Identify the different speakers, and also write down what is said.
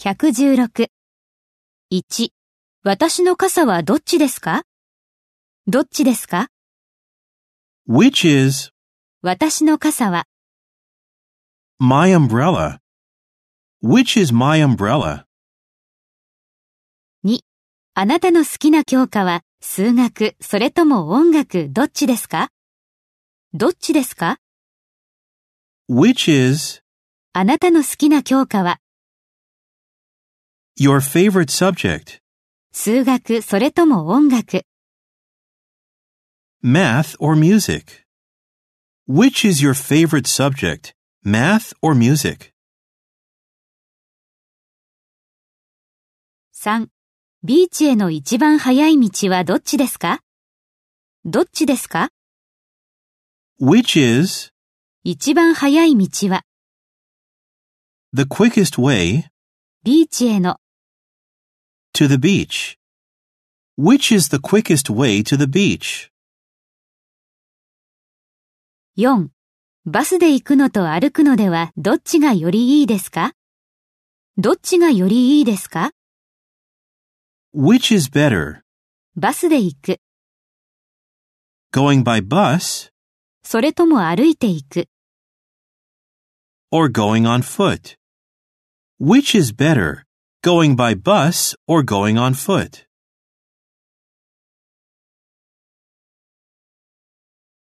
Speaker 1: 116。1. 私の傘はどっちですかどっちですか
Speaker 2: Which is
Speaker 1: 私の傘は
Speaker 2: my umbrella? Which is my umbrella?
Speaker 1: あなたの好きな教科は数学、それとも音楽、どっちですかどっちですか
Speaker 2: Which is
Speaker 1: あなたの好きな教科は
Speaker 2: your favorite subject?
Speaker 1: 数学、それとも音楽。
Speaker 2: Math or music? Which is your favorite subject? Math or music?
Speaker 1: 3. ビーチへの一番早い道はどっちですかどっちですか
Speaker 2: Which is
Speaker 1: 一番早い道は
Speaker 2: the quickest way
Speaker 1: ビーチへの
Speaker 2: to the beach? Which is the quickest way to the beach?
Speaker 1: 4. バスで行くのと歩くのではどっちがよりいいですかどっちがよりいいですか
Speaker 2: Which is better,
Speaker 1: バスで行く。
Speaker 2: going by bus
Speaker 1: それとも歩いて行く。
Speaker 2: or going on foot? Which is better, going by bus or going on foot?